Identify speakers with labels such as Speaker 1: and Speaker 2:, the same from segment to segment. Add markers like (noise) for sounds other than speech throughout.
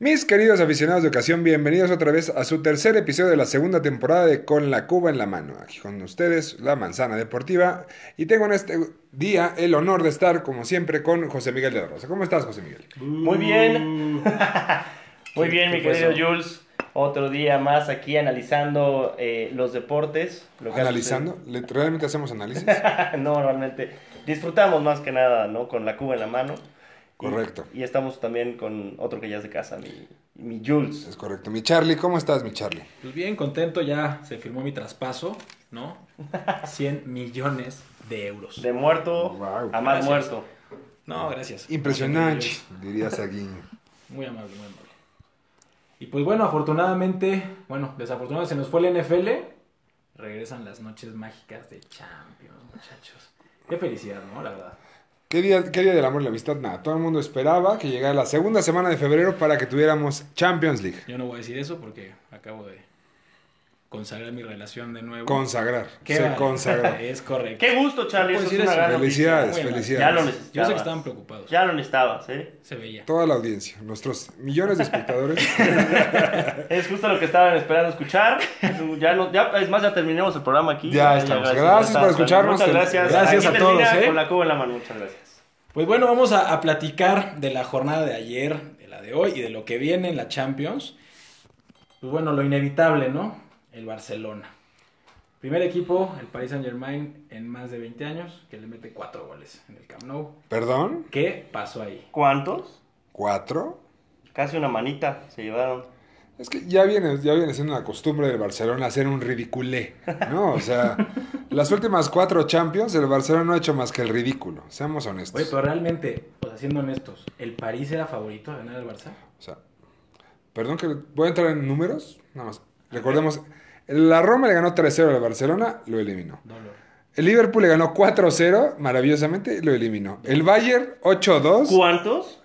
Speaker 1: Mis queridos aficionados de ocasión, bienvenidos otra vez a su tercer episodio de la segunda temporada de Con la Cuba en la mano. Aquí con ustedes, la manzana deportiva. Y tengo en este día el honor de estar, como siempre, con José Miguel de la Rosa. ¿Cómo estás, José Miguel?
Speaker 2: (laughs) Muy bien. Muy bien, mi
Speaker 1: Mm. ¿Qué pasó?
Speaker 2: querido Jules. Otro día más aquí analizando eh, los deportes. lo que
Speaker 1: ¿Analizando? ¿Le- ¿Realmente hacemos análisis?
Speaker 2: hace- (laughs) no, realmente. Disfrutamos más que nada, ¿no? Con la cuba en la mano. Y-
Speaker 1: Correcto.
Speaker 2: Y, estamos también con otro que ya es de casa, mi, mi Jules.
Speaker 1: Es correcto. Mi Charlie, ¿cómo estás, mi Charlie?
Speaker 3: Pues bien, contento, ya se firmó mi traspaso, ¿no? (laughs) 100 millones de euros.
Speaker 2: De muerto
Speaker 1: Wow.
Speaker 2: a más
Speaker 3: Gracias.
Speaker 2: muerto.
Speaker 3: No, gracias.
Speaker 1: Impresionante, diría Saguín.
Speaker 3: Muy amable, muy amable. Y pues bueno, afortunadamente, bueno, desafortunadamente se nos fue el NFL. Regresan las noches mágicas de Champions, muchachos. Qué felicidad, ¿no? La verdad.
Speaker 1: ¿Qué día, ¿Qué día del amor y la amistad? Nada, todo el mundo esperaba que llegara la segunda semana de febrero para que tuviéramos Champions League.
Speaker 3: Yo no voy a decir eso porque acabo de consagrar mi relación de nuevo.
Speaker 1: Consagrar.
Speaker 3: Qué
Speaker 1: se
Speaker 3: va-
Speaker 1: consagró.
Speaker 3: (laughs) Es correcto.
Speaker 2: Qué gusto, Charlie.
Speaker 3: No
Speaker 2: Eso
Speaker 3: puedo
Speaker 2: es
Speaker 3: decir
Speaker 2: una
Speaker 3: eso.
Speaker 2: gran noticia.
Speaker 1: Felicidades,
Speaker 2: Ya
Speaker 3: Bueno,
Speaker 2: lo
Speaker 1: felicidades.
Speaker 3: Yo
Speaker 2: necesitabas.
Speaker 3: sé que estaban preocupados.
Speaker 2: Ya lo necesitabas, ¿eh?
Speaker 3: Se veía.
Speaker 1: Toda la audiencia, nuestros millones de espectadores. (laughs)
Speaker 2: Es justo lo que estaban esperando escuchar. Es un- Ya no, ya, es más, ya terminamos el programa aquí.
Speaker 1: Ya estamos. Gracias
Speaker 2: ya
Speaker 1: por
Speaker 2: está.
Speaker 1: escucharnos.
Speaker 2: Muchas gracias.
Speaker 3: Gracias
Speaker 2: Aquí
Speaker 3: a todos,
Speaker 2: termina
Speaker 3: ¿eh?
Speaker 2: Con la cuba en la mano, muchas gracias.
Speaker 3: Pues bueno, vamos a, a platicar de la jornada de ayer, de la de hoy y de lo que viene en la Champions. Pues bueno, lo inevitable, ¿no? El Barcelona. Primer equipo, el Paris Saint Germain, en más de 20 años, que le mete cuatro goles en el Camp Nou.
Speaker 1: ¿Perdón?
Speaker 3: ¿Qué pasó ahí?
Speaker 2: ¿Cuántos?
Speaker 1: ¿Cuatro?
Speaker 2: Casi una manita se llevaron.
Speaker 1: Es que ya viene, ya viene siendo una costumbre del Barcelona hacer un ridiculé, ¿no? O
Speaker 3: (laughs)
Speaker 1: sea, las últimas cuatro Champions, el Barcelona no ha hecho más que el ridículo, seamos honestos.
Speaker 3: Oye, pero realmente, o sea, siendo honestos, ¿el París era favorito a ganar el Barça?
Speaker 1: O sea, perdón que voy a entrar en números, nada más. Recordemos, la Roma le ganó 3-0 al Barcelona, lo eliminó.
Speaker 3: Dolor.
Speaker 1: El Liverpool le ganó 4-0, maravillosamente, lo eliminó. El Bayern 8-2,
Speaker 2: ¿Cuántos?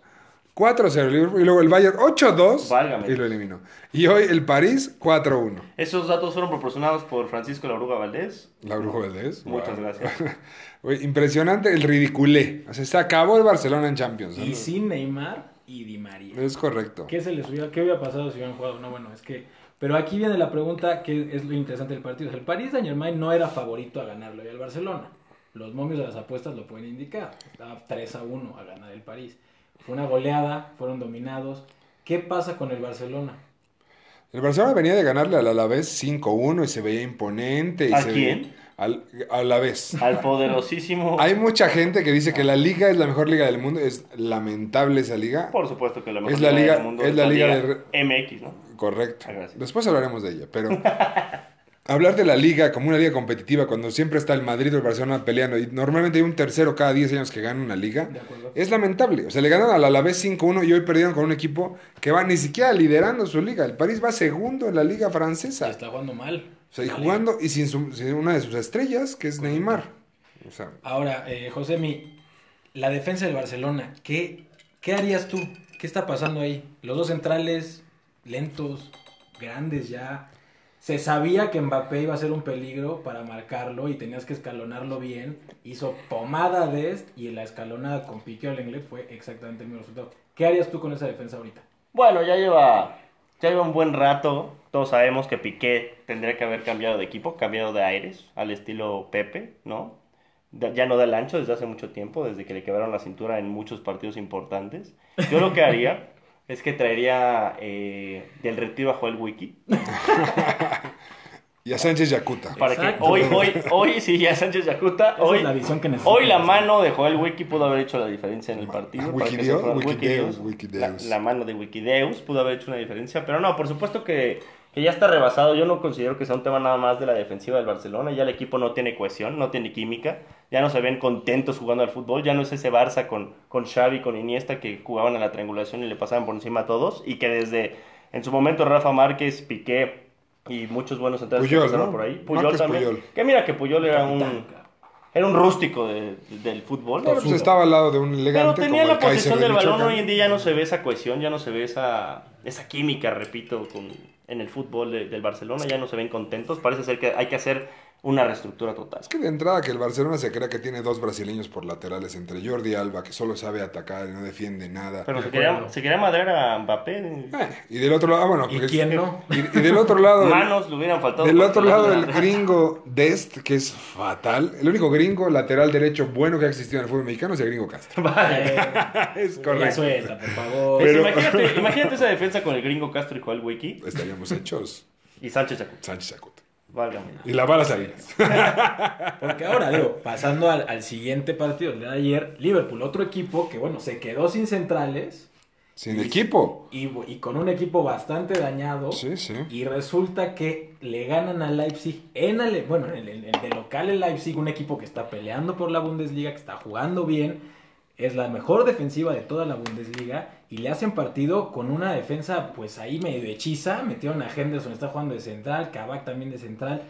Speaker 1: 4-0 el Liverpool, y luego el Bayern 8-2
Speaker 2: Válgame.
Speaker 1: y lo eliminó. Y hoy el París 4-1.
Speaker 2: Esos datos fueron proporcionados por Francisco La Oruga Valdés.
Speaker 1: La Brujo Valdés.
Speaker 2: Muchas
Speaker 1: guau. (laughs)
Speaker 2: gracias.
Speaker 1: Güey, impresionante el ridiculé. O sea, se acabó el Barcelona en Champions. ¿no?
Speaker 3: Y sin Neymar y Di María.
Speaker 1: Es correcto.
Speaker 3: ¿Qué se les hubiera, qué hubiera pasado si hubieran jugado? No, bueno, es que. Pero aquí viene la pregunta que es lo interesante del partido. El París Saint Germain no era favorito a ganarlo y el Barcelona. Los momios de las apuestas lo pueden indicar. Estaba 3 a 1 a ganar el París. Fue una goleada, fueron dominados. ¿Qué pasa con el Barcelona?
Speaker 1: El Barcelona venía de ganarle al Alavés 5-1 y se veía imponente. y
Speaker 2: ¿A
Speaker 1: se
Speaker 2: quién? Ah.
Speaker 1: veía- Al al Alavés.
Speaker 2: Al poderosísimo.
Speaker 1: Hay mucha gente que
Speaker 2: Ah.
Speaker 1: dice que la liga es la mejor liga del mundo. Es lamentable esa liga.
Speaker 2: Por supuesto que la mejor
Speaker 1: Es la liga-
Speaker 2: del mundo
Speaker 1: es la liga
Speaker 2: MX, ¿no?
Speaker 1: Correcto.
Speaker 2: Ah, gracias.
Speaker 1: Después hablaremos de ella, pero (laughs) hablar de la liga como una liga competitiva cuando siempre está el Madrid o el Barcelona peleando y normalmente hay un tercero cada 10 años que gana una liga,
Speaker 3: De acuerdo.
Speaker 1: es lamentable. O sea, le ganaron al Alavés 5-1 y hoy perdieron con un equipo que va ni siquiera liderando su liga. El París va segundo en la liga francesa.
Speaker 3: Está jugando mal.
Speaker 1: O sea, y jugando y sin, su- sin una de sus estrellas, que es Neymar. O sea,
Speaker 3: Ahora, eh, Josemi, la defensa del Barcelona, ¿qué, ¿qué harías tú? ¿Qué está pasando ahí? Los dos centrales, lentos, grandes ya. Se sabía que Mbappé iba a ser un peligro para marcarlo y tenías que escalonarlo bien. Hizo pomada de Est y la escalonada con Piqué al inglés fue exactamente el mismo resultado. ¿Qué harías tú con esa defensa ahorita?
Speaker 2: Bueno, ya lleva, ya lleva un buen rato. Todos sabemos que Piqué tendría que haber cambiado de equipo, cambiado de aires, al estilo Pepe, ¿no? Da- Ya no da el ancho desde hace mucho tiempo, desde que le quebraron la cintura en muchos partidos importantes. Yo lo que
Speaker 3: (laughs)
Speaker 2: haría es que traería eh, del retiro a Joel Wiki.
Speaker 1: y a Sánchez Yacuta.
Speaker 2: Para que
Speaker 3: Exacto.
Speaker 2: hoy, hoy, hoy, sí, a Sánchez Yacuta,
Speaker 3: Esa
Speaker 2: hoy,
Speaker 3: es la visión que necesitamos.
Speaker 2: hoy la mano de Joel Wiki pudo haber hecho la diferencia en el partido. para que
Speaker 1: Ah,
Speaker 2: se
Speaker 1: Wikideos,
Speaker 2: fuera-
Speaker 1: Wikideus,
Speaker 2: Wikideus,
Speaker 1: Wikideus.
Speaker 2: La, la mano de Wikideus pudo haber hecho una diferencia, pero no, por supuesto que, que ya está rebasado. Yo no considero que sea un tema nada más de la defensiva del Barcelona. Ya el equipo no tiene cohesión, no tiene química. Ya no se ven contentos jugando al fútbol. Ya no es ese Barça con, con Xavi, con Iniesta que jugaban a la triangulación y le pasaban por encima a todos. Y que desde En su momento Rafa Márquez, Piqué y muchos buenos centrales que
Speaker 1: Puyol,
Speaker 2: pasaron
Speaker 1: ¿no?
Speaker 2: por ahí. Puyol
Speaker 1: Márquez,
Speaker 2: también.
Speaker 1: Puyol.
Speaker 2: Que mira que Puyol era un,
Speaker 3: Capitán, cabrón.
Speaker 2: era un rústico de- del fútbol.
Speaker 1: Pero pues estaba al lado de un
Speaker 2: Pero
Speaker 1: elegante.
Speaker 2: tenía
Speaker 1: como el
Speaker 2: la
Speaker 1: Kaiser
Speaker 2: posición
Speaker 1: de
Speaker 2: del balón,
Speaker 1: Michoacán.
Speaker 2: hoy en día ya no se ve esa cohesión, ya no se ve esa, esa química, repito, con, en el fútbol de- del Barcelona, ya no se ven contentos, parece ser que hay que hacer una reestructura total.
Speaker 1: Es que de entrada que el Barcelona se crea que tiene dos brasileños por laterales entre Jordi Alba, que solo sabe atacar y no defiende nada.
Speaker 2: Pero se
Speaker 3: De acuerdo.
Speaker 2: quería, se quería madrear a Mbappé,
Speaker 1: Eh, y del otro lado, ah, bueno,
Speaker 3: ¿Y
Speaker 1: porque-
Speaker 3: quién no?
Speaker 1: y, y Ah, del otro
Speaker 2: (laughs)
Speaker 1: lado,
Speaker 2: manos le hubieran faltado.
Speaker 1: del
Speaker 2: por
Speaker 1: otro
Speaker 2: lado
Speaker 1: lado
Speaker 2: de
Speaker 1: el
Speaker 2: la-
Speaker 1: gringo Dest, que es fatal, el único gringo lateral derecho bueno que ha existido en el fútbol mexicano es el gringo Castro.
Speaker 3: (laughs) Eh,
Speaker 1: Es
Speaker 3: ya
Speaker 1: correcto.
Speaker 3: suelta, por favor.
Speaker 2: Pues
Speaker 1: Pero-
Speaker 2: imagínate, imagínate esa defensa con el gringo Castro y Joel Wiki
Speaker 1: Estaríamos hechos
Speaker 2: y Sánchez Acu-
Speaker 1: Sánchez Acut.
Speaker 2: Válgame.
Speaker 1: Y la bala Salinas.
Speaker 3: Porque ahora, digo, pasando al, al siguiente partido, el de ayer, Liverpool, otro equipo que, bueno, se quedó sin centrales
Speaker 1: Sin equipo.
Speaker 3: y, y con un equipo bastante dañado.
Speaker 1: Sí, sí.
Speaker 3: Y resulta que le ganan a Leipzig en Ale- bueno, en el, en el de local en Leipzig, un equipo que está peleando por la Bundesliga, que está jugando bien, es la mejor defensiva de toda la Bundesliga y le hacen partido con una defensa pues ahí medio hechiza, metieron a Henderson, está jugando de central, Kabak también de central.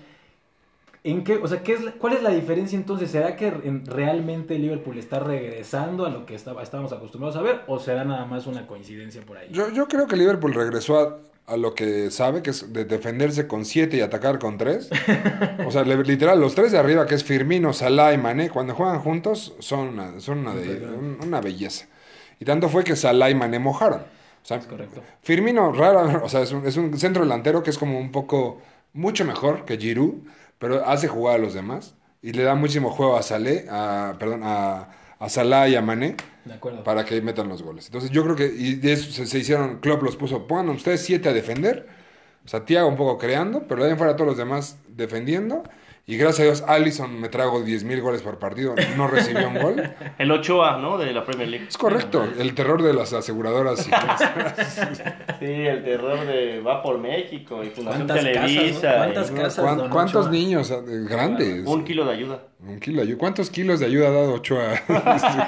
Speaker 3: ¿En qué, o sea, ¿qué es la- ¿cuál es la diferencia entonces? ¿Será que en- realmente Liverpool está regresando a lo que estaba, estábamos acostumbrados a ver o será nada más una coincidencia por ahí?
Speaker 1: Yo, yo creo que Liverpool regresó a, a lo que sabe, que es de defenderse con 7 y atacar con
Speaker 3: (laughs)
Speaker 1: 3. O sea, le- literal, los tres de arriba, que es Firmino, Salah y Mané, cuando juegan juntos son una, son una, de- un- una belleza. Y tanto fue que Salah y Mané mojaron. O sea,
Speaker 3: Es correcto.
Speaker 1: Firmino, rara, (laughs) o sea, es un, es un centro delantero que es como un poco, mucho mejor que Giroud, pero hace jugar a los demás y le da muchísimo juego a Salé, a, perdón, a, a Salah y a Mané
Speaker 3: De acuerdo.
Speaker 1: para que metan los goles. Entonces yo creo que y de eso se, se hicieron, Klopp los puso, pongan ustedes siete a defender, o sea, Thiago un poco creando, pero de ahí en fuera todos los demás defendiendo. Y gracias a Dios, Allison me trago 10.000 goles por partido, no recibió un gol.
Speaker 2: El Ochoa, ¿no? De la Premier League.
Speaker 1: Es correcto, el terror de las aseguradoras.
Speaker 3: (laughs)
Speaker 2: Sí, el terror de va por México y Fundación
Speaker 3: ¿Cuántas casas, no?
Speaker 2: Televisa.
Speaker 3: ¿Cuántas
Speaker 2: y-
Speaker 3: casas,
Speaker 1: ¿Cuán-
Speaker 3: don
Speaker 1: ¿Cuántos
Speaker 3: Ochoa?
Speaker 1: niños eh, grandes?
Speaker 2: Un kilo de ayuda.
Speaker 1: Un kilo de ayu- ¿Cuántos kilos de ayuda ha dado Ochoa? (laughs)
Speaker 3: (laughs)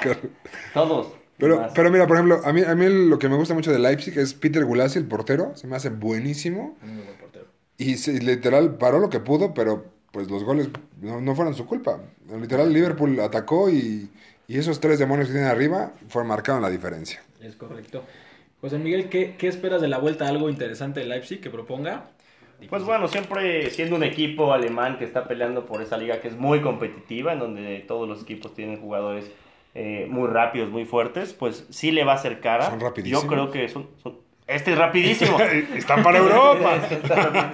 Speaker 2: Todos.
Speaker 1: Pero,
Speaker 2: Más.
Speaker 1: pero mira, por ejemplo, a mí, a mí lo que me gusta mucho de Leipzig es Peter Gulasi, el portero. Se me hace buenísimo.
Speaker 3: Muy buen portero.
Speaker 1: Y se- literal paró lo que pudo, pero pues los goles no, no fueron su culpa. Literal, Liverpool atacó y, y esos tres demonios que tienen arriba fue marcaron la diferencia.
Speaker 3: Es correcto. José Miguel, ¿qué, qué esperas de la vuelta? ¿Algo interesante de Leipzig que proponga?
Speaker 2: Pues bueno, siempre siendo un equipo alemán que está peleando por esa liga que es muy competitiva, en donde todos los equipos tienen jugadores eh, muy rápidos, muy fuertes, pues sí le va a hacer cara.
Speaker 1: Son rapidísimos.
Speaker 2: Yo creo que son... son- Este
Speaker 1: (laughs)
Speaker 2: es rapidísimo.
Speaker 1: Están para Europa.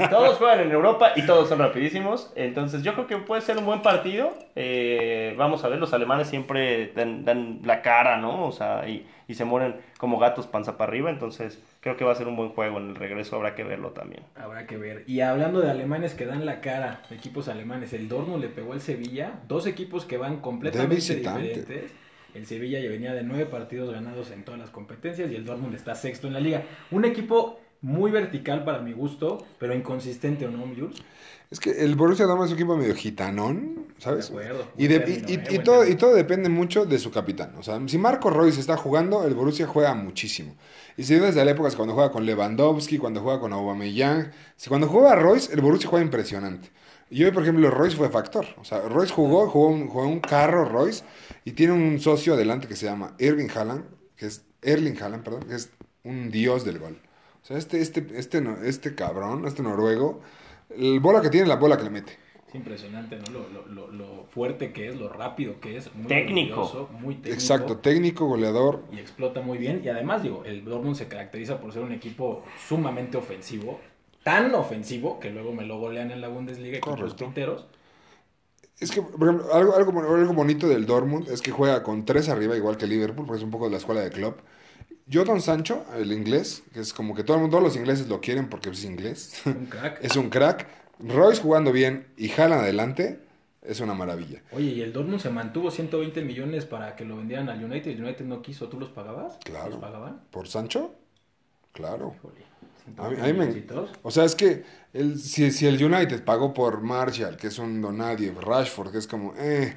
Speaker 2: (laughs) todos juegan en Europa y todos son rapidísimos. Entonces yo creo que puede ser un buen partido. Eh, vamos a ver, los alemanes siempre dan, dan la cara, ¿no? O sea, y, y se mueren como gatos panza para arriba. Entonces creo que va a ser un buen juego. En el regreso habrá que verlo también.
Speaker 3: Habrá que ver. Y hablando de alemanes que dan la cara, de equipos alemanes, el Dortmund le pegó al Sevilla, dos equipos que van
Speaker 1: De
Speaker 3: completamente
Speaker 1: visitante.
Speaker 3: diferentes. El Sevilla ya venía de nueve partidos ganados en todas las competencias y el Dortmund está sexto en la liga. Un equipo muy vertical para mi gusto, pero inconsistente, ¿o no, mi Jules?
Speaker 1: Es que el Borussia Dortmund es un equipo medio gitanón, ¿sabes?
Speaker 3: De acuerdo,
Speaker 1: y,
Speaker 3: buen
Speaker 1: de- y-
Speaker 3: término,
Speaker 1: y-
Speaker 3: eh,
Speaker 1: y
Speaker 3: buen
Speaker 1: todo, y
Speaker 3: término.
Speaker 1: todo depende mucho de su capitán. O sea, si Marco Royce está jugando, el Borussia juega muchísimo. Y si desde la época es cuando juega con Lewandowski, cuando juega con Aubameyang, si cuando juega Royce, el Borussia juega impresionante. Y hoy, por ejemplo, Royce fue factor. O sea, Royce jugó, jugó un, jugó un carro Royce y tiene un socio adelante que se llama Irving Haaland, que es Erling Haaland, perdón, que es un dios del gol. O sea, este, este, este, no- este cabrón, este noruego, el bola que tiene, la bola que le mete.
Speaker 3: Es impresionante, ¿no? Lo, lo- lo- lo fuerte que es, lo rápido que es. Muy
Speaker 2: Técnico.
Speaker 3: habilidoso, muy técnico.
Speaker 1: Exacto, técnico, goleador.
Speaker 3: y explota muy bien. Y además, digo, el Dortmund se caracteriza por ser un equipo sumamente ofensivo, tan ofensivo que luego me lo golean en la Bundesliga y con los
Speaker 1: Correcto.
Speaker 3: piteros.
Speaker 1: Es que, por ejemplo, algo, algo, bon- algo bonito del Dortmund es que juega con tres arriba, igual que Liverpool, porque es un poco de la escuela de Klopp. Jordan Sancho, el inglés, que es como que todo el mundo, todos los ingleses lo quieren porque es inglés, (laughs)
Speaker 3: Un crack.
Speaker 1: es un crack. Royce jugando bien y Haaland adelante, es una maravilla.
Speaker 3: Oye, y el Dortmund se mantuvo 120 millones para que lo vendieran al United. El United no quiso, ¿tú los pagabas?
Speaker 1: Claro.
Speaker 3: ¿Los pagaban?
Speaker 1: ¿Por Sancho? Claro.
Speaker 3: Híjole,
Speaker 1: A mí-
Speaker 3: 120
Speaker 1: a mí me-
Speaker 3: milloncitos.
Speaker 1: o sea, es que el, si, si el United pagó por Marshall, que es un donadie, Rashford, que es como, eh,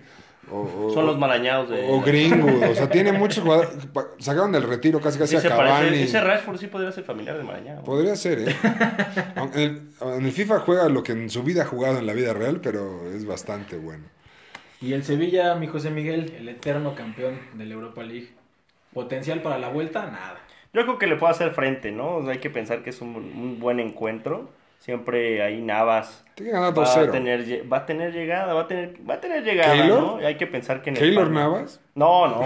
Speaker 1: O, o-
Speaker 2: Son los marañados de.
Speaker 1: o Greenwood, o sea,
Speaker 2: (laughs)
Speaker 1: tiene muchos jugadores. pa- Sacaron del retiro casi casi
Speaker 2: Sí
Speaker 1: a
Speaker 2: se parece-
Speaker 1: Cavani.
Speaker 2: ese Rashford sí podría ser familiar de Marañao.
Speaker 1: Podría ser,
Speaker 2: (laughs)
Speaker 1: ¿eh? Aunque en el, en el FIFA juega lo que en su vida ha jugado en la vida real, pero es bastante bueno.
Speaker 3: Y el Sevilla, mi José Miguel, el eterno campeón de la Europa League. ¿Potencial para la vuelta? Nada.
Speaker 2: Yo creo que le puede hacer frente, ¿no? O sea, hay que pensar que es un, un buen encuentro. Siempre ahí Navas
Speaker 1: Tiene que ganar
Speaker 2: va a,
Speaker 1: 2-0.
Speaker 2: tener, lle- va a tener llegada, va a tener, va a tener llegada,
Speaker 1: ¿Keylor?
Speaker 2: ¿no? Hay que pensar que en
Speaker 1: ¿Keylor
Speaker 2: España-
Speaker 1: Navas?
Speaker 2: No, no.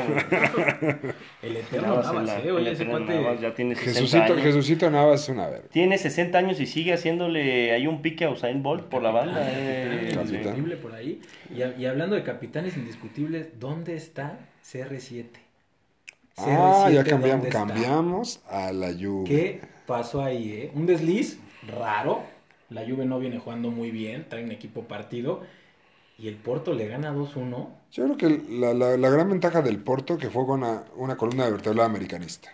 Speaker 3: (laughs) El eterno Navas,
Speaker 2: en la-
Speaker 3: eh. Oye,
Speaker 2: en
Speaker 3: ese
Speaker 2: la- Navas
Speaker 3: cuate...
Speaker 2: ya tiene 60
Speaker 1: Jesucito,
Speaker 2: años.
Speaker 1: Jesucito Navas es una verga.
Speaker 2: Tiene 60 años y sigue haciéndole ahí un pique a Usain Bolt por la banda. eh.
Speaker 3: Capitán,
Speaker 1: Capitán.
Speaker 3: indiscutible por ahí. Y, a- y hablando de capitanes indiscutibles, ¿dónde está CR7?
Speaker 1: Ah, ya
Speaker 3: CR7,
Speaker 1: cambiamos,
Speaker 3: ¿dónde está?
Speaker 1: cambiamos a la Juve.
Speaker 3: ¿Qué pasó ahí, eh? Un desliz raro. La Juve no viene jugando muy bien, trae un equipo partido. Y el Porto le gana 2-1.
Speaker 1: Yo creo que la, la- la gran ventaja del Porto que fue con una, una columna vertebral americanista.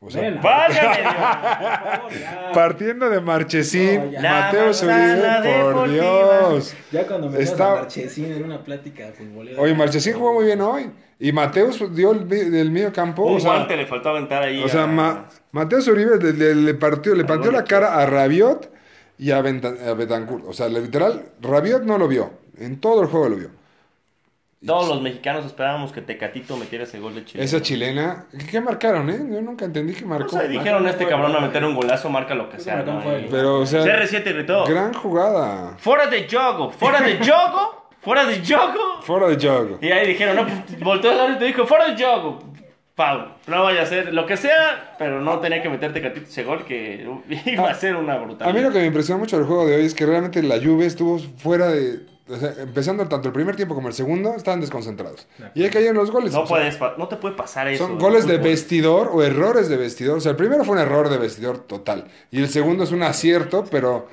Speaker 1: O sea,
Speaker 3: Vela.
Speaker 2: ¡Válgame Dios!
Speaker 3: Por favor, ya.
Speaker 1: partiendo de
Speaker 3: No,
Speaker 1: Marchesín,
Speaker 3: ya.
Speaker 1: Mateo
Speaker 2: La manzana
Speaker 1: Zuribe, por
Speaker 2: deportiva.
Speaker 1: Dios.
Speaker 3: Ya cuando me
Speaker 1: Está-
Speaker 3: a Marchesín en una plática de futbolera.
Speaker 1: Oye, Marchesín jugó muy bien hoy. Y Mateus dio el, mi- del medio campo. (laughs)
Speaker 2: Un
Speaker 1: o sea,
Speaker 2: guante le faltó aventar ahí.
Speaker 1: O sea,
Speaker 2: a-
Speaker 1: Ma- Mateus Uribe le, le- le partió, le
Speaker 2: Al
Speaker 1: partió la
Speaker 2: Boletín.
Speaker 1: cara a Rabiot y a, Benta- a Betancourt. O sea, literal, Rabiot no lo vio. En todo el juego lo vio.
Speaker 2: Todos los mexicanos esperábamos que Tecatito metiera ese gol de Chile.
Speaker 1: Esa chilena. ¿Qué, qué marcaron, eh? Yo nunca entendí qué
Speaker 2: O
Speaker 1: marcó.
Speaker 2: sea, dijeron a este cabrón a meter un golazo, marca lo que sea. ¿no?
Speaker 3: Pero,
Speaker 1: Pero, o sea,
Speaker 2: CR7 gritó.
Speaker 1: gran jugada.
Speaker 2: Fuera de juego, fuera de juego, fuera de juego.
Speaker 1: Fuera de juego.
Speaker 2: Y ahí dijeron, no, pues, volteó el árbitro y dijo, fuera de juego. Pau, no vaya a ser lo que sea, pero no tenía que meterte catito ese gol que (laughs) iba a ser una brutalidad.
Speaker 1: A mí lo que me impresionó mucho del juego de hoy es que realmente la Juve estuvo fuera de... o sea, empezando tanto el primer tiempo como el segundo, estaban desconcentrados.
Speaker 3: De acuerdo.
Speaker 1: Y ahí cayeron los goles.
Speaker 2: No,
Speaker 1: o sea,
Speaker 2: puedes, pa- no te puede pasar eso.
Speaker 1: Son
Speaker 2: en
Speaker 1: goles
Speaker 2: el
Speaker 1: de
Speaker 2: fútbol.
Speaker 1: vestidor o errores de vestidor. O sea, el primero fue un error de vestidor total. Y el segundo es un acierto, pero.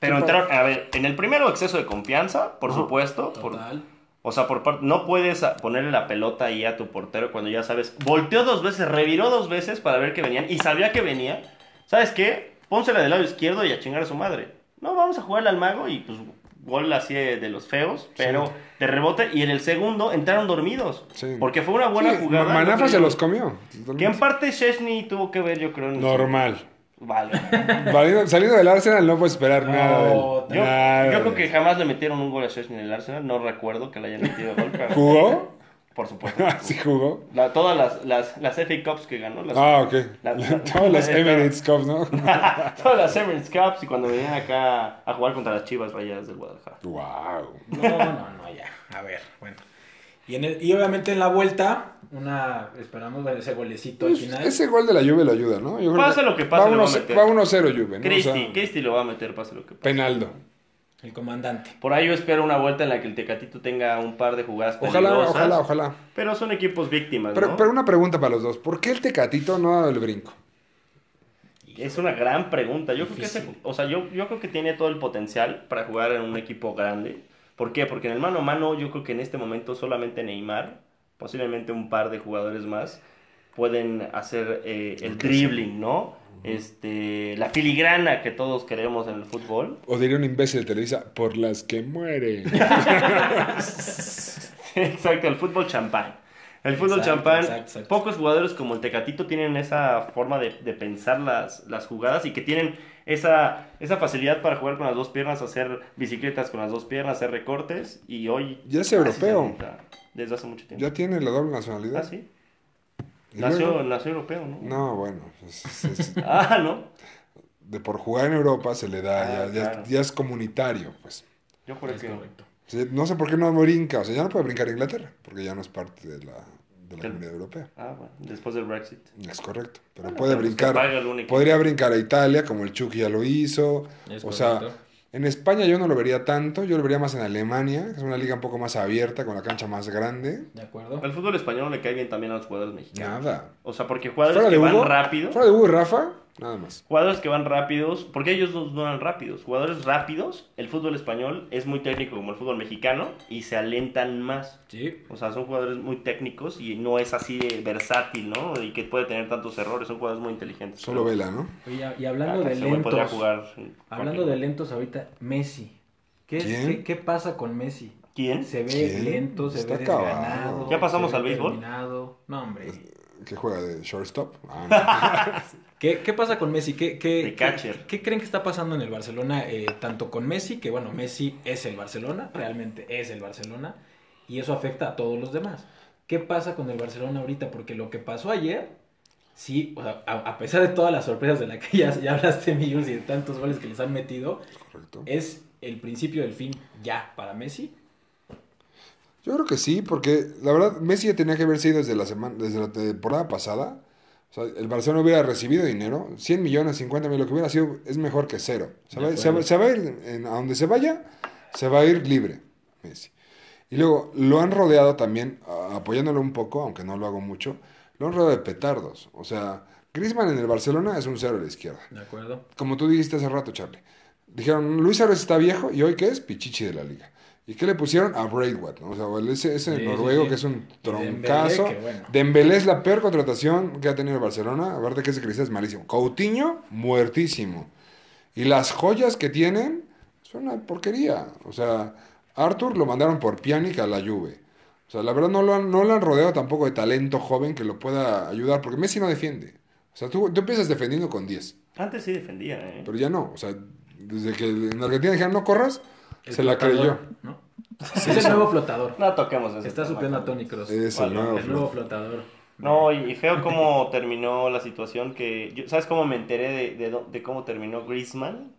Speaker 2: Pero entraron, a ver, en el primero exceso de confianza, por supuesto. por-
Speaker 3: Total.
Speaker 2: o sea, por parte, no puedes a- ponerle la pelota ahí a tu portero cuando ya sabes. Volteó dos veces, reviró dos veces para ver que venían y sabía que venía. ¿Sabes qué? Pónsela del lado izquierdo y a chingar a su madre. No, vamos a jugarle al mago y pues gol así de, de los feos, pero de rebote. Y en el segundo entraron dormidos.
Speaker 1: Sí.
Speaker 2: Porque fue una buena
Speaker 1: Sí,
Speaker 2: jugada.
Speaker 1: Ma- Manafa
Speaker 2: ¿no?
Speaker 1: se los comió.
Speaker 2: Que en parte Chesney tuvo que ver, yo creo. en-
Speaker 1: Normal.
Speaker 2: Vale.
Speaker 1: Valiendo- saliendo del Arsenal no puedes esperar
Speaker 3: No,
Speaker 1: nada. de él.
Speaker 3: yo-
Speaker 2: Yo,
Speaker 1: Nada
Speaker 2: yo
Speaker 1: de
Speaker 2: creo
Speaker 1: él. (laughs)
Speaker 2: que jamás le metieron un gol a Chesney en el Arsenal. No recuerdo que le hayan metido gol, pero
Speaker 1: ¿Jugó?
Speaker 2: por supuesto.
Speaker 1: Ah, (laughs) sí, jugó.
Speaker 2: La- todas las, las, las FA Cups que ganó, las-
Speaker 1: Ah, ok.
Speaker 2: La-
Speaker 1: (laughs)
Speaker 2: la-
Speaker 1: Todas
Speaker 2: (laughs)
Speaker 1: las
Speaker 2: la-
Speaker 1: Emirates Cups, ¿no?
Speaker 2: (laughs) todas las Emirates Cups y cuando venían acá a jugar contra las Chivas Rayadas del Guadalajara.
Speaker 1: (laughs) wow.
Speaker 3: No, no, no, ya. A ver, bueno. Y, en el- y obviamente en la vuelta, una esperamos ver ese golecito al final.
Speaker 1: Ese gol de la Juve lo ayuda, ¿no? Yo creo
Speaker 2: Pase lo que pase,
Speaker 1: Va
Speaker 2: lo va a
Speaker 1: 1-0
Speaker 2: meter.
Speaker 1: va 1-0 Juve, ¿no? O
Speaker 2: Cristi,
Speaker 1: sea,
Speaker 2: Cristi lo va a meter, pase lo que pase.
Speaker 1: penaldo.
Speaker 3: El comandante.
Speaker 2: Por ahí yo espero una vuelta en la que el Tecatito tenga un par de jugadas
Speaker 1: Ojalá,
Speaker 2: peligrosas.
Speaker 1: ojalá, ojalá.
Speaker 2: Pero son equipos víctimas,
Speaker 1: Pero,
Speaker 2: ¿no?
Speaker 1: pero una pregunta para los dos. ¿Por qué el Tecatito no ha dado el brinco?
Speaker 2: Es una gran pregunta. Yo creo que
Speaker 3: Difícil.
Speaker 2: ese- o sea, yo, yo creo que tiene todo el potencial para jugar en un equipo grande. ¿Por qué? Porque en el mano a mano, yo creo que en este momento solamente Neymar, posiblemente un par de jugadores más, pueden hacer eh, el dribbling, ¿no? Este, la filigrana que todos queremos en el fútbol.
Speaker 1: O diría un imbécil de Televisa, por las que
Speaker 2: (laughs)
Speaker 1: mueren.
Speaker 2: Exacto, el fútbol champán. El fútbol
Speaker 3: Exacto,
Speaker 2: champán,
Speaker 3: exacto, exacto.
Speaker 2: pocos jugadores como el Tecatito tienen esa forma de, de pensar las, las jugadas y que tienen esa, esa facilidad para jugar con las dos piernas, hacer bicicletas con las dos piernas, hacer recortes y hoy...
Speaker 1: Ya es
Speaker 2: así
Speaker 1: europeo.
Speaker 2: se avienta, Desde hace mucho tiempo.
Speaker 1: Ya tiene la doble nacionalidad.
Speaker 2: Ah, sí.
Speaker 1: ¿Y
Speaker 2: Nació,
Speaker 1: luego?
Speaker 2: nació europeo, ¿no?
Speaker 1: No, bueno. es- es- es-
Speaker 2: Ah, ¿no?
Speaker 1: de por jugar en Europa se le da,
Speaker 2: Ah,
Speaker 1: ya, ya-
Speaker 2: claro.
Speaker 1: ya es comunitario, pues.
Speaker 2: Yo juro
Speaker 3: Es
Speaker 2: que...
Speaker 3: correcto.
Speaker 1: O sea, no sé por qué no brinca. O sea, ya no puede brincar Inglaterra, porque ya no es parte de la, de la
Speaker 2: Del-
Speaker 1: comunidad europea.
Speaker 2: Ah, bueno, después del Brexit.
Speaker 1: Es correcto. Pero
Speaker 2: Bueno,
Speaker 1: puede
Speaker 2: pero pues que
Speaker 1: brincar.
Speaker 2: pague el único.
Speaker 1: Podría brincar a Italia, como el Chucky ya lo hizo.
Speaker 3: Es
Speaker 1: o
Speaker 3: correcto.
Speaker 1: sea, en España yo no lo vería tanto. Yo lo vería más en Alemania, que es una liga un poco más abierta, con la cancha más grande.
Speaker 3: ¿De acuerdo?
Speaker 2: Al fútbol español le cae bien también a los jugadores mexicanos.
Speaker 1: Nada.
Speaker 2: O sea, porque jugadores que van rápido...
Speaker 1: Fuera de Hugo y Rafa, nada más.
Speaker 2: Jugadores que van rápidos, porque ellos no no eran rápidos. Jugadores rápidos, el fútbol español es muy técnico como el fútbol mexicano y se alentan más.
Speaker 3: Sí.
Speaker 2: O sea, son jugadores muy técnicos y no es así de versátil, ¿no? Y que puede tener tantos errores. Son jugadores muy inteligentes.
Speaker 1: Solo
Speaker 2: Pero-
Speaker 1: vela, ¿no?
Speaker 3: Oye, y
Speaker 2: Ah,
Speaker 3: hablando de
Speaker 2: ese güey podría
Speaker 3: lentos.
Speaker 2: jugar en
Speaker 3: Hablando
Speaker 2: cualquier-
Speaker 3: de lentos ahorita, Messi. ¿Qué, es-
Speaker 1: ¿Quién?
Speaker 3: qué, qué pasa con Messi?
Speaker 2: ¿Quién?
Speaker 3: Se ve
Speaker 1: ¿Quién?
Speaker 3: lento, se
Speaker 1: Está
Speaker 3: ve
Speaker 1: acabado.
Speaker 3: desganado.
Speaker 2: ¿Ya pasamos
Speaker 3: se ve
Speaker 2: al béisbol?
Speaker 3: terminado. No, hombre.
Speaker 1: ¿Qué juega de shortstop? Ah,
Speaker 3: ¿Qué, qué pasa con Messi? ¿Qué, qué,
Speaker 2: De
Speaker 3: qué-
Speaker 2: catcher.
Speaker 3: qué creen que está pasando en el Barcelona? eh, tanto con Messi, que bueno, Messi es el Barcelona, realmente es el Barcelona, y eso afecta a todos los demás. ¿Qué pasa con el Barcelona ahorita? Porque lo que pasó ayer, sí, o sea, a, a pesar de todas las sorpresas de las que ya, ya hablaste, millones y de tantos goles que les han metido,
Speaker 2: (laughs)
Speaker 1: no, correcto.
Speaker 3: es el principio del fin ya para Messi.
Speaker 1: Yo creo que sí, porque la verdad Messi ya tenía que haberse ido desde la semana, desde la temporada pasada. O sea, el Barcelona hubiera recibido dinero, 100 millones, 50 millones, lo que hubiera sido es mejor que cero. Se va,
Speaker 3: De
Speaker 1: se va-
Speaker 3: acuerdo.
Speaker 1: se va a ir en- a donde se vaya, se va a ir libre Messi. Y luego lo han rodeado también, a- apoyándolo un poco, aunque no lo hago mucho, lo han rodeado de petardos. O sea, Griezmann en el Barcelona es un cero a la izquierda.
Speaker 3: ¿De acuerdo?
Speaker 1: Como tú dijiste hace rato, Charlie. Dijeron, Luis Suárez está viejo y hoy qué es Pichichi de la liga. ¿Y qué le pusieron? A Braidwatt, ¿no? O sea, el- ese, ese
Speaker 3: Sí, sí,
Speaker 1: noruego
Speaker 3: sí.
Speaker 1: que es un
Speaker 3: Y Dembélé,
Speaker 1: troncazo.
Speaker 3: que bueno.
Speaker 1: Dembélé es la peor contratación que ha tenido el Barcelona. Aparte que ese cristal es malísimo. Coutinho, muertísimo. Y las joyas que tienen son una porquería. O sea, Arthur lo mandaron por Pjanic a la Juve. O sea, la verdad no lo, han, no lo han rodeado tampoco de talento joven que lo pueda ayudar. Porque Messi no defiende. O sea, tú, tú empiezas defendiendo con 10.
Speaker 2: Antes sí defendía, ¿eh?
Speaker 1: Pero ya no, o sea, desde que en Argentina dijeron no corras,
Speaker 3: El
Speaker 1: se la creyó.
Speaker 3: flotador, ¿no? Es el nuevo flotador.
Speaker 2: No toquemos eso.
Speaker 3: Está supliendo a Tony Cross.
Speaker 1: Es el
Speaker 2: Vale,
Speaker 1: nuevo.
Speaker 3: El nuevo
Speaker 1: Flo.
Speaker 3: flotador.
Speaker 2: No, y y
Speaker 1: (laughs)
Speaker 2: feo cómo terminó la situación que... yo- ¿Sabes cómo me enteré de, de dó- de cómo terminó Griezmann?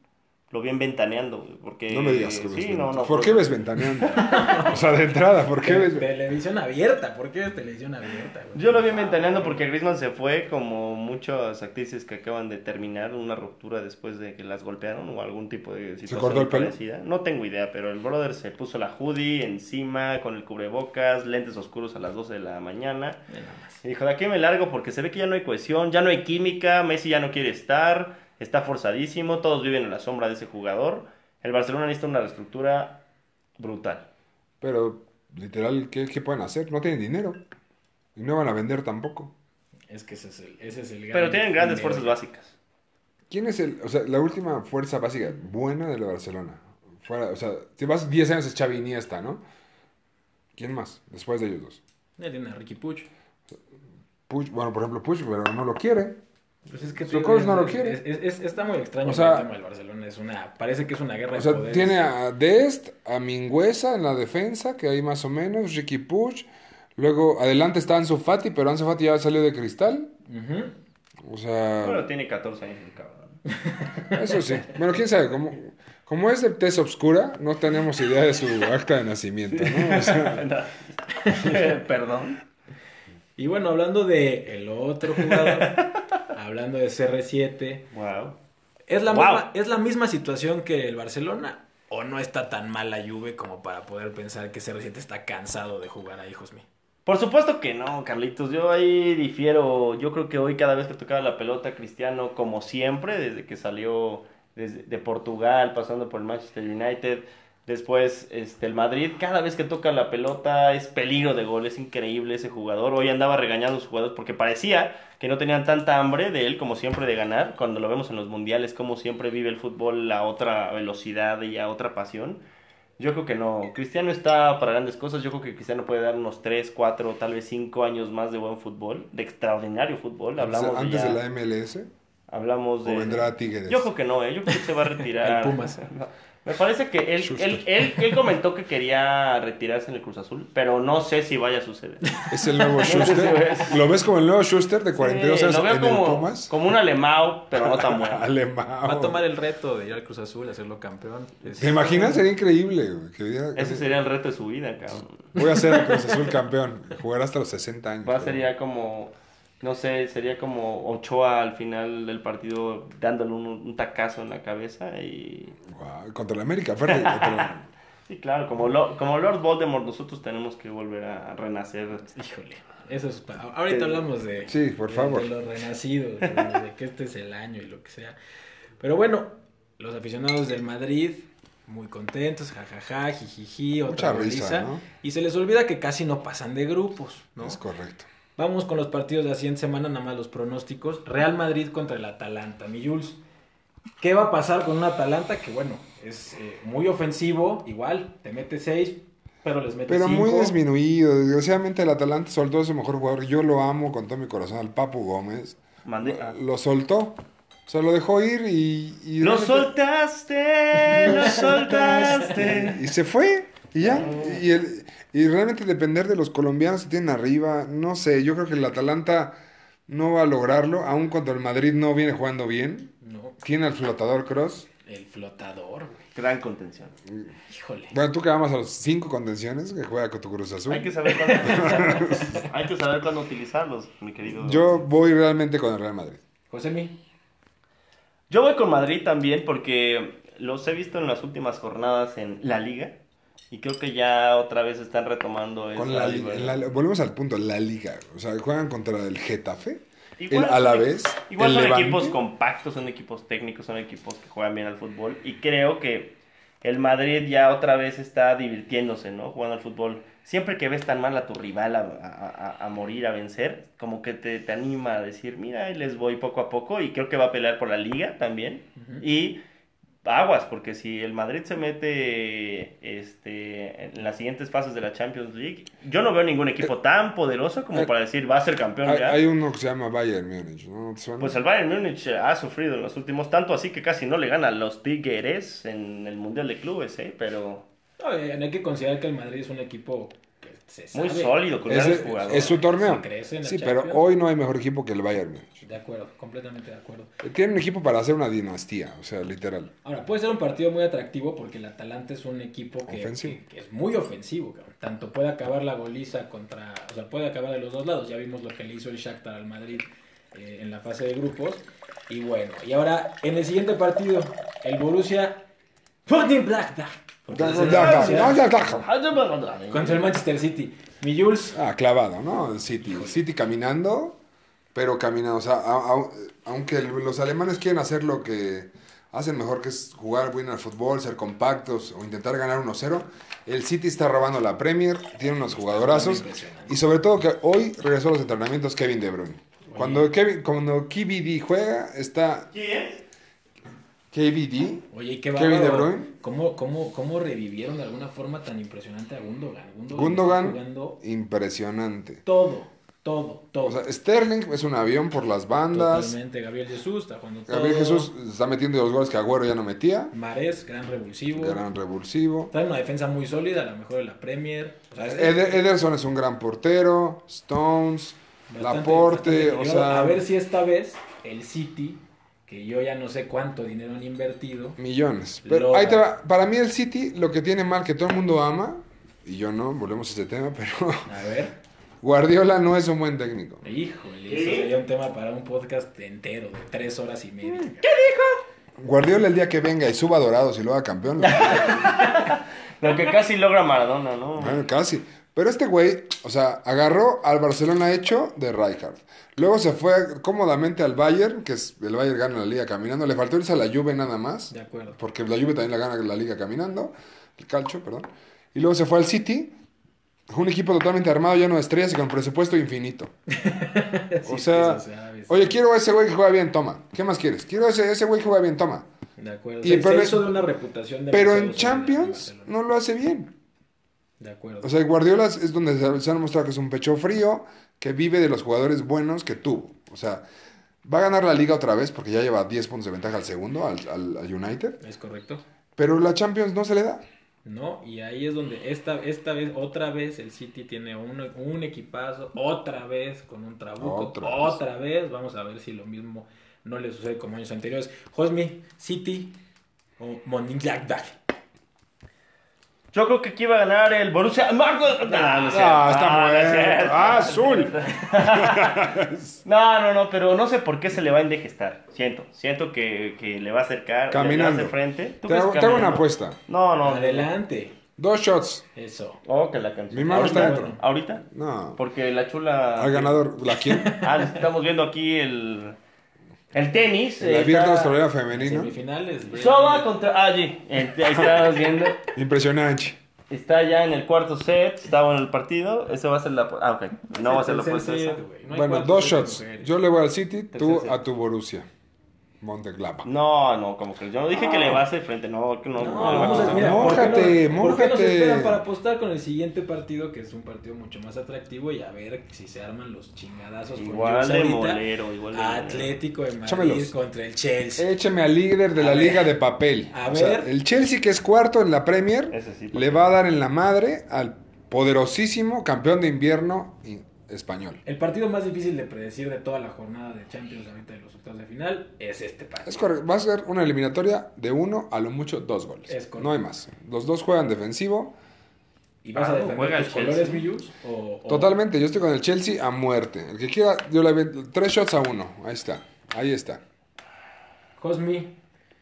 Speaker 2: Lo vi en Ventaneando, güey, porque...
Speaker 1: No me digas que ves
Speaker 2: sí, no, pues
Speaker 1: ventaneando.
Speaker 2: no.
Speaker 1: ¿Por qué ves ventaneando? o sea, de entrada, ¿por qué
Speaker 3: Te-
Speaker 1: ves ventaneando?
Speaker 3: Televisión abierta, ¿por qué es televisión abierta? güey?
Speaker 2: Yo lo vi en Ventaneando porque Griezmann se fue como muchas actrices que acaban de terminar una ruptura después de que las golpearon o algún tipo de situación
Speaker 1: cortó el pelo?
Speaker 2: parecida. No tengo idea, pero el brother se puso la hoodie encima con el cubrebocas, lentes oscuros a las 12 de la mañana.
Speaker 3: Ve nada más.
Speaker 2: Y dijo, de aquí me largo porque se ve que ya no hay cohesión, ya no hay química, Messi ya no quiere estar, está forzadísimo, todos viven en la sombra de ese jugador. El Barcelona necesita una reestructura brutal.
Speaker 1: Pero, literal, ¿qué, qué pueden hacer? No tienen dinero. Y no van a vender tampoco.
Speaker 3: Es que ese es el, ese es el gran
Speaker 2: Pero tienen grandes
Speaker 3: meollo.
Speaker 2: fuerzas básicas.
Speaker 1: ¿Quién es el, o sea, la última fuerza básica buena de la Barcelona? Fuera, o sea, si vas 10 años es Xavi Iniesta, ¿no? ¿Quién más? Después de ellos dos.
Speaker 3: Ya tiene a Ricky Puch.
Speaker 1: Puch- bueno, por ejemplo, Puch, pero no lo quiere.
Speaker 3: Pues es que
Speaker 1: Su
Speaker 3: te digo,
Speaker 1: coach no
Speaker 3: es-
Speaker 1: lo quiere.
Speaker 3: es- es- es- está muy extraño
Speaker 1: O sea-
Speaker 3: el tema del Barcelona. Es una, parece que es una guerra
Speaker 1: O sea,
Speaker 3: de poderes.
Speaker 1: tiene a Dest, a Mingüesa en la defensa, que hay más o menos, Ricky Puch. Luego, adelante está Ansu Fati, pero Ansu Fati ya salió de cristal.
Speaker 3: Ujú.
Speaker 1: O sea,
Speaker 2: Bueno, tiene 14 años el cabrón. (laughs)
Speaker 1: eso sí. Bueno, quién sabe, como, como es de tez obscura, no tenemos idea de su acta de nacimiento, ¿no? O
Speaker 2: (laughs)
Speaker 1: sea,
Speaker 2: Perdón.
Speaker 3: Y bueno, hablando de el otro jugador, (laughs) hablando de CR7,
Speaker 2: Wow.
Speaker 3: ¿es la,
Speaker 2: Wow.
Speaker 3: misma, ¿es la misma situación que el Barcelona? ¿O no está tan mal la Juve como para poder pensar que CR7 está cansado de jugar a hijos míos?
Speaker 2: Por supuesto que no, Carlitos. Yo ahí difiero. Yo creo que hoy cada vez que tocaba la pelota, Cristiano, como siempre, desde que salió desde- de Portugal, pasando por el Manchester United, después este, el Madrid, cada vez que toca la pelota es peligro de gol, es increíble ese jugador. Hoy andaba regañando a sus jugadores porque parecía que no tenían tanta hambre de él como siempre de ganar. Cuando lo vemos en los mundiales, como siempre vive el fútbol a otra velocidad y a otra pasión. Yo creo que no. Cristiano está para grandes cosas. Yo creo que Cristiano puede dar unos 3, 4, tal vez 5 años más de buen fútbol, de extraordinario fútbol. Hablamos de,
Speaker 1: antes
Speaker 2: ya-
Speaker 1: de la MLS,
Speaker 2: hablamos de
Speaker 1: o vendrá a Tigres.
Speaker 2: Yo creo que no, ¿eh? yo creo que se va a retirar.
Speaker 3: (laughs) El Pumas.
Speaker 2: (laughs) No. Me parece que él,
Speaker 1: Schuster.
Speaker 2: él, él, él comentó que quería retirarse en el Cruz Azul, pero no sé si vaya
Speaker 1: (laughs)
Speaker 2: a suceder.
Speaker 1: Es el
Speaker 2: (laughs)
Speaker 1: nuevo Schuster. ¿Lo ves como el nuevo Schuster de 42
Speaker 2: Sí,
Speaker 1: años
Speaker 2: Eh, lo veo
Speaker 1: en
Speaker 2: como,
Speaker 1: el Pumas?
Speaker 2: como un alemão, pero
Speaker 1: (laughs)
Speaker 2: no tan bueno.
Speaker 1: Alemán.
Speaker 3: Va a tomar el reto de ir al Cruz Azul, hacerlo campeón. Este, Es-
Speaker 1: Oh. ¿Te imaginas? Sería increíble. güey, que ya-
Speaker 2: Ese sería el reto de su vida, cabrón.
Speaker 1: Voy a ser el Cruz Azul campeón. Jugar hasta los 60 años.
Speaker 2: Va a ser ya como, no sé, sería como Ochoa al final del partido dándole un, un tacazo en la cabeza y...
Speaker 1: Guau, contra la América, aparte, contra-
Speaker 2: Sí, claro, como, Lo- como Lord Voldemort nosotros tenemos que volver a renacer.
Speaker 3: Híjole, eso es. pa- Ahorita hablamos de.
Speaker 1: Sí, por
Speaker 3: de-
Speaker 1: favor.
Speaker 3: De los renacidos, de, de que este es el año y lo que sea. Pero bueno, los aficionados del Madrid, muy contentos, jajaja, jijiji, otra
Speaker 1: Mucha risa,
Speaker 3: risa.
Speaker 1: ¿no?
Speaker 3: Y se les olvida que casi no pasan de grupos, ¿no?
Speaker 1: Es correcto.
Speaker 3: Vamos con los partidos de la siguiente semana, nada más los pronósticos. Real Madrid contra el Atalanta, mi Jules. ¿Qué va a pasar con un Atalanta que, bueno, es eh, muy ofensivo, igual, te mete 6, Pero les mete
Speaker 1: Pero muy
Speaker 3: cinco.
Speaker 1: disminuido. Desgraciadamente el Atalanta soltó a su mejor jugador. Yo lo amo con todo mi corazón al Papu Gómez.
Speaker 2: Mande- ah.
Speaker 1: Lo soltó. O sea, lo dejó ir y... y
Speaker 2: Lo
Speaker 1: realmente- (laughs)
Speaker 2: soltaste, lo
Speaker 1: Y
Speaker 2: soltaste.
Speaker 1: se fue. Y ya. Y, el, y realmente depender de los colombianos que tienen arriba. No sé, yo creo que el Atalanta no va a lograrlo. Aún cuando el Madrid no viene jugando bien.
Speaker 3: No,
Speaker 1: Tiene al flotador Cross.
Speaker 3: el flotador, güey.
Speaker 2: Gran contención.
Speaker 3: Híjole.
Speaker 1: Bueno, tú que amas a los cinco contenciones que juega con tu Cruz Azul.
Speaker 2: Hay que saber cuándo, hay que saber cuándo utilizarlos, mi querido.
Speaker 1: Yo voy realmente con el Real Madrid.
Speaker 3: José Mi,
Speaker 2: Yo voy con Madrid también porque los he visto en las últimas jornadas en la liga y creo que ya otra vez están retomando
Speaker 1: Con
Speaker 2: esa
Speaker 1: la,
Speaker 2: liga.
Speaker 1: la- la- volvemos al punto, la liga. O sea, juegan contra el Getafe,
Speaker 2: Igual
Speaker 1: el
Speaker 2: son-
Speaker 1: Alavés,
Speaker 2: Igual
Speaker 1: el
Speaker 2: son
Speaker 1: Levante.
Speaker 2: equipos compactos, son equipos técnicos, son equipos que juegan bien al fútbol. Y creo que el Madrid ya otra vez está divirtiéndose, ¿no? Jugando al fútbol. Siempre que ves tan mal a tu rival a, a- a- a morir, a vencer, como que te, te anima a decir, mira, ahí les voy poco a poco. Y creo que va a pelear por la liga también. Y aguas, porque si el Madrid se mete este, en las siguientes fases de la Champions League, yo no veo ningún equipo tan poderoso como
Speaker 1: eh,
Speaker 2: para decir, va a ser campeón.
Speaker 1: Hay,
Speaker 2: ya.
Speaker 1: hay uno que se llama Bayern Múnich, ¿no? ¿Te suena?
Speaker 2: Pues el Bayern Múnich eh, ha sufrido en los últimos, tanto así que casi no le gana a los Tigres en el Mundial de Clubes, ¿eh? Pero
Speaker 3: no, eh, no hay que considerar que el Madrid es un equipo que se sabe.
Speaker 2: muy sólido con
Speaker 1: es,
Speaker 2: grandes jugadores.
Speaker 1: es su torneo.
Speaker 3: Si crece en la
Speaker 1: Sí, pero
Speaker 3: Champions.
Speaker 1: hoy no hay mejor equipo que el Bayern Múnich.
Speaker 3: De acuerdo, completamente de acuerdo.
Speaker 1: Tienen un equipo para hacer una dinastía, o sea, literal.
Speaker 3: Ahora, puede ser un partido muy atractivo porque el Atalanta es un equipo que,
Speaker 1: Ofensivo.
Speaker 3: que- que es muy ofensivo. cabrón. Tanto puede acabar la goliza contra... O sea, puede acabar de los dos lados. Ya vimos lo que le hizo el Shakhtar al Madrid eh, en la fase de grupos. Y bueno, y ahora en el siguiente partido, el Borussia...
Speaker 1: Da- da- da- da- da-
Speaker 3: Contra el Manchester City. Mi Jules,
Speaker 1: Ah, clavado, ¿no? El City. El City caminando, pero caminando. O sea, a- a- aunque el- los alemanes quieren hacer lo que hacen mejor, que es jugar bien al fútbol, ser compactos o intentar ganar 1-0, el City está robando la Premier, tiene unos jugadorazos. Y sobre todo que hoy regresó a los entrenamientos Kevin De Bruyne. Cuando, Kevin, cuando KBD juega, está
Speaker 2: ¿Quién?
Speaker 1: KBD.
Speaker 3: Oye, y qué
Speaker 1: Kevin
Speaker 3: bárbaro.
Speaker 1: De Bruyne.
Speaker 3: ¿Cómo, cómo, ¿Cómo revivieron de alguna forma tan impresionante a Gundogan? Gundogan, está
Speaker 1: Gundogan,
Speaker 3: jugando
Speaker 1: impresionante.
Speaker 3: todo, todo, todo.
Speaker 1: O sea, Sterling es un avión por las bandas.
Speaker 3: Totalmente. Gabriel Jesús está jugando todo.
Speaker 1: Gabriel Jesús está metiendo los goles que Agüero ya no metía.
Speaker 3: Marés, gran revulsivo.
Speaker 1: Gran revulsivo.
Speaker 3: Trae una defensa muy sólida, a lo mejor de la Premier. O sea, es-
Speaker 1: Eder- Ederson es un gran portero. Stones,
Speaker 3: bastante-
Speaker 1: Laporte,
Speaker 3: bastante
Speaker 1: o
Speaker 3: equilibrado.
Speaker 1: sea,
Speaker 3: A ver si esta vez el City, que yo ya no sé cuánto dinero han invertido.
Speaker 1: millones. Pero
Speaker 3: Logra.
Speaker 1: ahí te va. Para mí el City lo que tiene mal que todo el mundo ama, y yo no, volvemos a este tema, (laughs) pero
Speaker 3: A ver.
Speaker 1: Guardiola no es un buen técnico.
Speaker 3: Híjole, eso sería un tema para un podcast entero de tres horas y media.
Speaker 1: Guardiola el día que venga y suba a Dorados y lo haga campeón. lo-
Speaker 2: Lo que casi logra Maradona, ¿no?
Speaker 1: Bueno, Ah, casi. Pero este güey, o sea, agarró al Barcelona hecho de Rijkaard. Luego se fue cómodamente al Bayern, que es, el Bayern gana la liga caminando. Le faltó irse a la Juve nada más,
Speaker 3: De acuerdo.
Speaker 1: porque la Juve también la gana la liga caminando. El calcio, perdón. Y luego se fue al City, un equipo totalmente armado, lleno de estrellas y con presupuesto
Speaker 3: (laughs)
Speaker 1: infinito. o
Speaker 3: Sí,
Speaker 1: sea,
Speaker 3: sí, sí, sí, sí.
Speaker 1: oye, quiero a ese güey que juega bien, toma. ¿Qué más quieres? Quiero a ese, ese güey que juega bien, toma.
Speaker 3: De acuerdo.
Speaker 1: y
Speaker 3: se,
Speaker 1: pero-
Speaker 3: se hizo de una reputación de
Speaker 1: Pero
Speaker 3: Marcelo
Speaker 1: en
Speaker 3: Zidane
Speaker 1: Champions
Speaker 3: Barcelona.
Speaker 1: no lo hace bien.
Speaker 3: De acuerdo.
Speaker 1: O sea, Guardiola es- es donde se- se han mostrado que es un pecho frío, que vive de los jugadores buenos que tuvo. O sea, va a ganar la liga otra vez porque ya lleva 10 puntos de ventaja al segundo, al, al- al United.
Speaker 3: es correcto.
Speaker 1: Pero la Champions no se le da.
Speaker 3: No, y ahí es donde esta, esta vez, otra vez, el City tiene un, un equipazo, otra vez con un trabuco,
Speaker 1: Otra
Speaker 3: otra,
Speaker 1: vez.
Speaker 3: vez. Vamos a ver si lo mismo no le sucede como años anteriores. Josmi, City o Mönchengladbach.
Speaker 2: Yo creo que aquí iba a ganar el Borussia. ¡Marco! No, no es cierto.
Speaker 1: Ah, está
Speaker 2: No, no es
Speaker 1: bueno.
Speaker 2: cierto.
Speaker 1: Ah, azul.
Speaker 2: No, no, no, pero no sé por qué se le va a endejestar. Siento, siento que, que le va a acercar, le va a
Speaker 1: Caminando.
Speaker 2: hacer frente. ¿Tú
Speaker 1: Te
Speaker 2: ves
Speaker 1: hago, te hago
Speaker 2: caminando?
Speaker 1: una apuesta.
Speaker 2: No, no.
Speaker 3: Adelante.
Speaker 1: Dos shots.
Speaker 3: Eso.
Speaker 2: Oh, que la canción.
Speaker 1: Mi mano
Speaker 2: ¿Ahorita?
Speaker 1: está dentro.
Speaker 2: ¿Ahorita?
Speaker 1: No.
Speaker 2: Porque la chula.
Speaker 1: Al ganador, ¿la quién?
Speaker 2: Ah, estamos viendo aquí el. El tenis.
Speaker 1: El
Speaker 2: eh,
Speaker 1: abierto
Speaker 2: está-
Speaker 1: australiano femenino.
Speaker 3: Semifinales.
Speaker 2: Sova contra. Ah, sí. eh, Ahí estamos viendo.
Speaker 1: Impresionante.
Speaker 2: Está ya en el cuarto set. Está bueno el partido. Ese va a ser la. Ah, ok. No va a ser la
Speaker 3: Tercer
Speaker 2: puesta esa.
Speaker 3: set, güey. No hay
Speaker 1: Bueno,
Speaker 3: cuartos,
Speaker 1: dos
Speaker 3: hay tres
Speaker 1: shots.
Speaker 3: mujeres.
Speaker 1: Yo le voy al City, tú
Speaker 2: Tercer set.
Speaker 1: a tu Borussia. Monteclapa.
Speaker 2: No, no, como que yo no dije que le vas de frente, no, que no, no
Speaker 3: No,
Speaker 2: le va a
Speaker 3: vamos a-
Speaker 2: costar.
Speaker 3: mira, ¿por qué
Speaker 1: Mójate,
Speaker 3: no- ¿Por qué nos
Speaker 1: mójate.
Speaker 3: esperan para apostar con el siguiente partido, que es un partido mucho más atractivo, y a ver si se arman los chingadazos? porque
Speaker 2: Igual
Speaker 3: ahorita
Speaker 2: de molero, igual de molero.
Speaker 3: Atlético de Madrid
Speaker 1: Échamelos.
Speaker 3: contra el Chelsea.
Speaker 1: Écheme al líder de
Speaker 3: A
Speaker 1: la
Speaker 3: ver.
Speaker 1: liga de papel.
Speaker 3: A
Speaker 1: O sea,
Speaker 3: ver.
Speaker 1: el Chelsea, que es cuarto en la Premier,
Speaker 2: Ese sí, porque-
Speaker 1: le va a dar en la madre al poderosísimo campeón de invierno y- español.
Speaker 3: El partido más difícil de predecir de toda la jornada de Champions ahorita de los octavos de final es este partido.
Speaker 1: Es correcto. Va a ser una eliminatoria de uno a lo mucho dos goles.
Speaker 3: Es correcto.
Speaker 1: No hay más. Los dos juegan defensivo.
Speaker 3: ¿Y vas
Speaker 2: Ah,
Speaker 3: a defender
Speaker 2: juega el
Speaker 3: tus colores,
Speaker 2: Chelsea.
Speaker 3: mi Jules,
Speaker 2: Oh.
Speaker 3: o- o-
Speaker 1: Totalmente. Yo estoy con el Chelsea a muerte. El que quiera, yo le aviento- Tres shots a uno. Ahí está. Ahí está.
Speaker 3: Cosmi,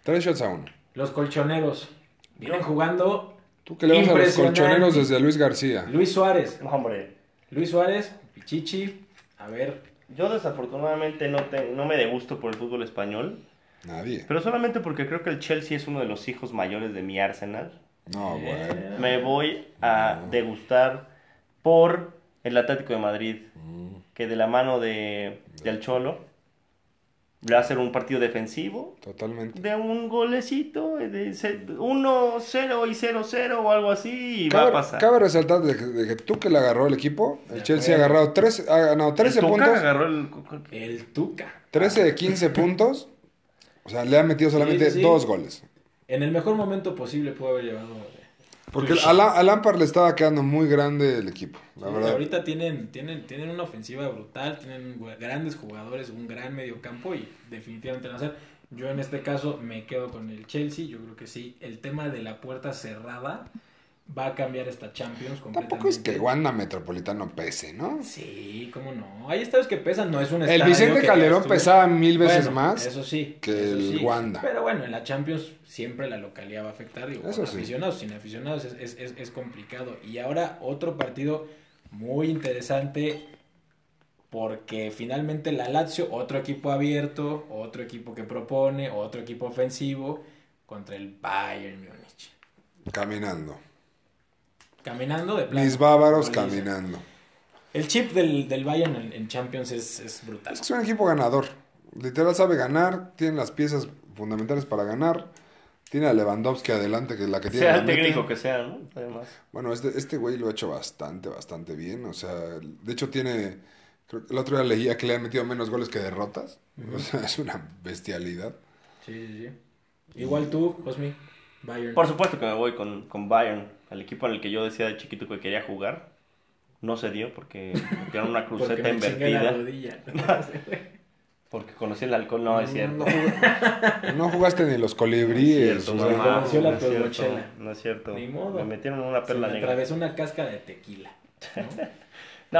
Speaker 1: Tres shots a uno.
Speaker 3: los colchoneros vienen jugando
Speaker 1: Tú que le vas a los
Speaker 3: Impresionante.
Speaker 1: colchoneros desde Luis García.
Speaker 3: Luis Suárez.
Speaker 2: No, hombre,
Speaker 3: Luis Suárez, Pichichi, a ver,
Speaker 2: yo desafortunadamente no, te- no me degusto por el fútbol español,
Speaker 1: Nadie.
Speaker 2: pero solamente porque creo que el Chelsea es uno de los hijos mayores de mi Arsenal. Eh.
Speaker 1: No, güey.
Speaker 3: eh,
Speaker 2: Me voy a degustar por el Atlético de Madrid, que de la mano de, del Cholo le va a hacer un partido defensivo
Speaker 1: Totalmente.
Speaker 2: de un golecito de se- 1-0 y 0-0 o algo así y va
Speaker 1: Cabe,
Speaker 2: a pasar.
Speaker 1: cabe resaltar de que, de que tú que le agarró el equipo, el
Speaker 3: De
Speaker 1: Chelsea ha
Speaker 3: acuerdo.
Speaker 1: agarrado tres, ha ganado 13
Speaker 2: El Tuca
Speaker 1: puntos,
Speaker 2: agarró el-
Speaker 3: el Tuca.
Speaker 1: 13 de 15 puntos. O sea, le ha metido solamente
Speaker 3: sí, sí.
Speaker 1: dos goles.
Speaker 3: En el mejor momento posible pudo haber llevado. eh,
Speaker 1: Porque a, La- a Lampard le estaba quedando muy grande el equipo, la
Speaker 3: Pues- Sí,
Speaker 1: verdad.
Speaker 3: Ahorita tienen, tienen, tienen una ofensiva brutal, tienen gu- grandes jugadores, un gran mediocampo y definitivamente van a ser. Yo en este caso me quedo con el Chelsea, yo creo que sí. El tema de la puerta cerrada va a cambiar esta Champions completamente.
Speaker 1: Tampoco es que el Wanda Metropolitano pese, ¿no?
Speaker 3: Sí, cómo no. Hay estados que pesan, no es un
Speaker 1: El
Speaker 3: estadio
Speaker 1: Vicente
Speaker 3: que
Speaker 1: Calderón
Speaker 3: estuvo-
Speaker 1: pesaba mil veces
Speaker 3: Bueno,
Speaker 1: más.
Speaker 3: Eso sí.
Speaker 1: que
Speaker 3: eso
Speaker 1: el
Speaker 3: sí.
Speaker 1: Wanda.
Speaker 3: Pero bueno, en la Champions siempre la localidad va a afectar. Digo,
Speaker 1: Eso
Speaker 3: con
Speaker 1: sí.
Speaker 3: aficionados, sin aficionados es, es- es- es complicado. Y ahora otro partido muy interesante porque finalmente la Lazio, otro equipo abierto, otro equipo que propone, otro equipo ofensivo contra el Bayern Múnich.
Speaker 1: Caminando.
Speaker 3: Caminando de plano.
Speaker 1: Mis bávaros
Speaker 3: Goliza.
Speaker 1: caminando.
Speaker 3: El chip del, del Bayern en, en Champions es, es brutal.
Speaker 1: Es que es un equipo ganador. Literal sabe ganar, tiene las piezas fundamentales para ganar. Tiene a Lewandowski adelante, que es la que tiene.
Speaker 2: sea
Speaker 1: la
Speaker 2: el
Speaker 1: meta.
Speaker 2: técnico que sea, ¿no? Además.
Speaker 1: Bueno, este, este güey lo ha hecho bastante, bastante bien. O sea, de hecho tiene. Creo que el otro día leía que le han metido menos goles que derrotas. O sea, (laughs) es una bestialidad.
Speaker 3: Sí, sí, sí. Igual tú, Cosmi, Bayern.
Speaker 2: Por supuesto que me voy con, con Bayern, el equipo en el que yo decía de chiquito que quería jugar. No se dio porque metieron una
Speaker 3: (laughs) Porque
Speaker 2: cruceta
Speaker 3: me chingué
Speaker 2: invertida.
Speaker 3: la rodilla.
Speaker 2: Porque conocí el alcohol, (laughs) no
Speaker 3: Mm,
Speaker 2: es
Speaker 3: (laughs)
Speaker 2: cierto.
Speaker 1: No, jug- no jugaste ni los colibríes.
Speaker 2: cierto,
Speaker 1: o sea,
Speaker 2: mamá,
Speaker 3: me conoció la
Speaker 2: no es cierto,
Speaker 3: torbochela.
Speaker 2: No es cierto.
Speaker 3: Ni modo.
Speaker 2: Me metieron una
Speaker 3: Se me
Speaker 2: perla negra.
Speaker 3: atravesó una cáscara de tequila. ¿no?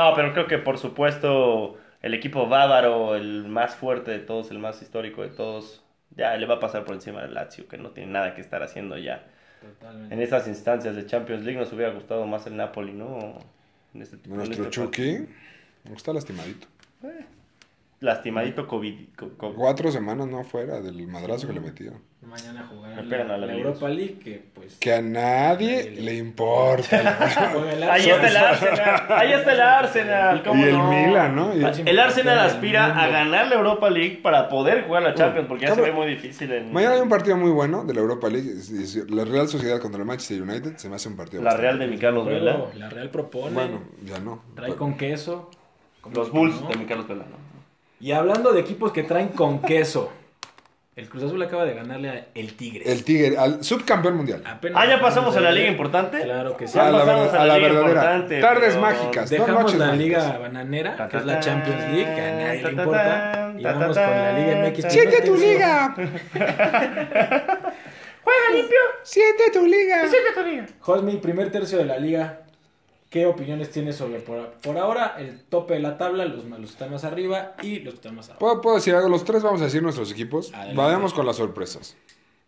Speaker 2: No, pero creo que por supuesto el equipo bávaro, el más fuerte de todos, el más histórico de todos, ya le va a pasar por encima del Lazio, que no tiene nada que estar haciendo ya. En
Speaker 3: Totalmente.
Speaker 2: estas instancias de Champions League nos hubiera gustado más el Napoli, ¿no? En este tipo- en
Speaker 1: nuestro
Speaker 2: este
Speaker 1: Chucky está lastimadito.
Speaker 2: lastimadito COVID. co- co-
Speaker 1: Cuatro semanas no fuera del madrazo que le metieron.
Speaker 3: Mañana jugarán
Speaker 2: Me pegan
Speaker 3: la,
Speaker 2: a la
Speaker 3: la
Speaker 2: Liga.
Speaker 3: Europa League, que pues...
Speaker 1: Que a nadie le importa.
Speaker 3: (laughs) juega el
Speaker 2: Ahí está el
Speaker 3: Arsenal.
Speaker 2: Arsenal, ahí está el Arsenal, (laughs)
Speaker 1: (laughs)
Speaker 2: ¿cómo
Speaker 1: y el
Speaker 2: no?
Speaker 1: Milan, ¿no? Y-
Speaker 3: Así-
Speaker 2: Eh, El Arsenal aspira a
Speaker 3: Mundo.
Speaker 2: ganar la Europa League para poder jugar la Champions, porque ya se
Speaker 1: cabrón.
Speaker 2: ve muy difícil en
Speaker 1: Mañana hay un partido muy bueno de la Europa League. es- es- La Real Sociedad contra el Manchester United se me hace un partido.
Speaker 2: la
Speaker 1: bastante-
Speaker 2: Real de mi Carlos Vela.
Speaker 3: Juego, La Real propone,
Speaker 1: Bueno, ya no.
Speaker 3: trae con queso. como
Speaker 2: Los
Speaker 3: que
Speaker 2: Bulls
Speaker 3: no.
Speaker 2: de mi Carlos Vela, ¿no?
Speaker 3: Y hablando de equipos que traen con queso, el Cruz Azul acaba de ganarle a el Tigres.
Speaker 1: El Tigre, al subcampeón mundial.
Speaker 3: Apenas
Speaker 2: Ah, ya
Speaker 3: acabamos
Speaker 2: pasamos
Speaker 3: de
Speaker 2: a la
Speaker 3: ver.
Speaker 2: liga importante.
Speaker 3: Claro que sí.
Speaker 2: Ya
Speaker 1: A la
Speaker 2: pasamos
Speaker 1: verdad- a la
Speaker 2: liga
Speaker 1: verdadera.
Speaker 2: importante,
Speaker 1: Tardes
Speaker 2: pero-
Speaker 1: mágicas. No,
Speaker 3: Dejamos
Speaker 1: noches
Speaker 3: la
Speaker 1: mágicas.
Speaker 3: liga bananera, que es la Champions League, que a nadie
Speaker 2: Ta,
Speaker 3: le
Speaker 2: ta,
Speaker 3: importa.
Speaker 2: ta,
Speaker 3: Y
Speaker 2: ta,
Speaker 3: vamos
Speaker 2: ta,
Speaker 3: con la Liga MX.
Speaker 2: ta.
Speaker 3: Primero
Speaker 1: ¡Siente tu
Speaker 3: te digo,
Speaker 1: liga!
Speaker 2: (laughs) Juega limpio.
Speaker 1: ¡Siente tu liga!
Speaker 2: Sigue tu liga.
Speaker 3: Josmi, primer tercio de la liga. ¿Qué opiniones tienes sobre por, por ahora el tope de la tabla, los, malos están más arriba y los que están más abajo?
Speaker 1: ¿Puedo, puedo decir algo? Los tres vamos a decir nuestros equipos.
Speaker 3: Adelante.
Speaker 1: Vayamos con las sorpresas.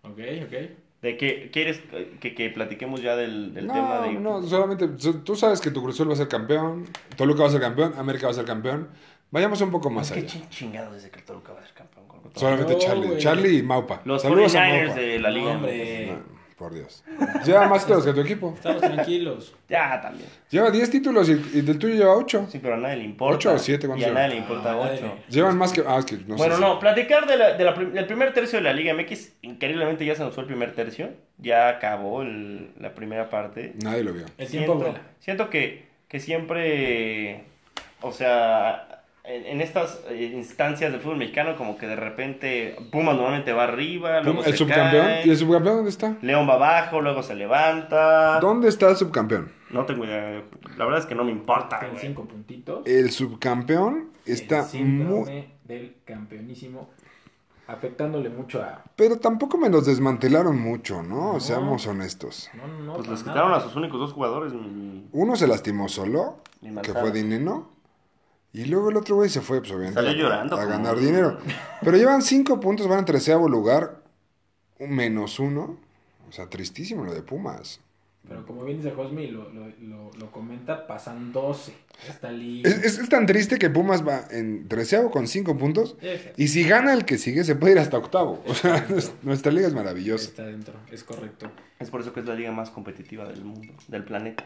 Speaker 3: Ok, ok.
Speaker 2: ¿De qué quieres que, que platiquemos ya del, del
Speaker 1: no,
Speaker 2: tema de
Speaker 1: no, solamente so- tú sabes que tu Cruzul va a ser campeón, Toluca va a ser campeón, América va a ser campeón. Vayamos un poco más
Speaker 2: ¿Qué
Speaker 1: allá.
Speaker 2: chin- chingado desde que el Toluca va a ser campeón? con-
Speaker 1: Solamente
Speaker 3: No,
Speaker 1: Charlie,
Speaker 3: güey.
Speaker 1: Charlie y Maupa.
Speaker 2: Los
Speaker 1: Saludos a
Speaker 2: 49ers
Speaker 1: Maupa.
Speaker 2: de la liga.
Speaker 3: Hombre.
Speaker 1: No, Por
Speaker 2: (laughs)
Speaker 1: Dios. Lleva más títulos que tu equipo.
Speaker 3: Estamos tranquilos.
Speaker 2: Ya, también.
Speaker 1: Lleva 10 títulos y, y del tuyo lleva 8.
Speaker 2: Sí, pero a nadie le importa.
Speaker 1: Ocho o siete,
Speaker 2: Y
Speaker 1: ¿cuántos
Speaker 2: a nadie le
Speaker 3: llevan?
Speaker 2: importa
Speaker 3: Ah, nadie.
Speaker 2: 8.
Speaker 1: Llevan más que. Ah, es que no
Speaker 2: bueno,
Speaker 1: sé.
Speaker 2: no, platicar de la- de la prim- del primer tercio de la Liga MX, increíblemente ya se nos fue el primer tercio, ya acabó el- la primera parte.
Speaker 1: Nadie lo vio.
Speaker 3: El tiempo vuela.
Speaker 2: siento que, que siempre, o sea, en, en estas eh, instancias del fútbol mexicano, como que de repente Pumas normalmente va arriba, luego
Speaker 1: ¿El
Speaker 2: se
Speaker 1: subcampeón?
Speaker 2: cae,
Speaker 1: ¿Y el subcampeón dónde está?
Speaker 2: León va abajo, luego se levanta.
Speaker 1: ¿Dónde está el subcampeón?
Speaker 2: No tengo idea, la verdad es que no me importa.
Speaker 3: Con
Speaker 2: güey.
Speaker 3: cinco puntitos.
Speaker 1: El subcampeón
Speaker 3: el
Speaker 1: está
Speaker 3: síndrome
Speaker 1: muy.
Speaker 3: del campeonísimo afectándole mucho a
Speaker 1: Pero tampoco me los desmantelaron mucho, ¿no?
Speaker 3: No.
Speaker 1: Seamos honestos.
Speaker 3: no no no
Speaker 2: Pues
Speaker 3: para
Speaker 2: les quitaron a
Speaker 3: nada.
Speaker 2: sus únicos dos jugadores. mi-
Speaker 1: Uno se lastimó solo,
Speaker 2: Y Manzano.
Speaker 1: que fue Dineno. Y luego el otro güey se fue, pues obviamente.
Speaker 2: Salió
Speaker 1: a-
Speaker 2: llorando,
Speaker 1: A
Speaker 2: como-
Speaker 1: ganar
Speaker 2: (laughs)
Speaker 1: dinero. Pero llevan cinco puntos, van en treceavo lugar. un menos uno. O sea, tristísimo lo de Pumas.
Speaker 3: pero como bien dice Josmi lo, lo, lo, lo comenta pasan 12 esta liga
Speaker 1: Es, es- es tan triste que Pumas va en treceavo con cinco puntos.
Speaker 3: Ese.
Speaker 1: Y si gana el que sigue, se puede ir hasta octavo. O sea, (laughs) nuestra liga es maravillosa.
Speaker 3: está dentro es
Speaker 2: (laughs)
Speaker 3: correcto
Speaker 2: Es por eso que es la liga más competitiva del mundo, del planeta.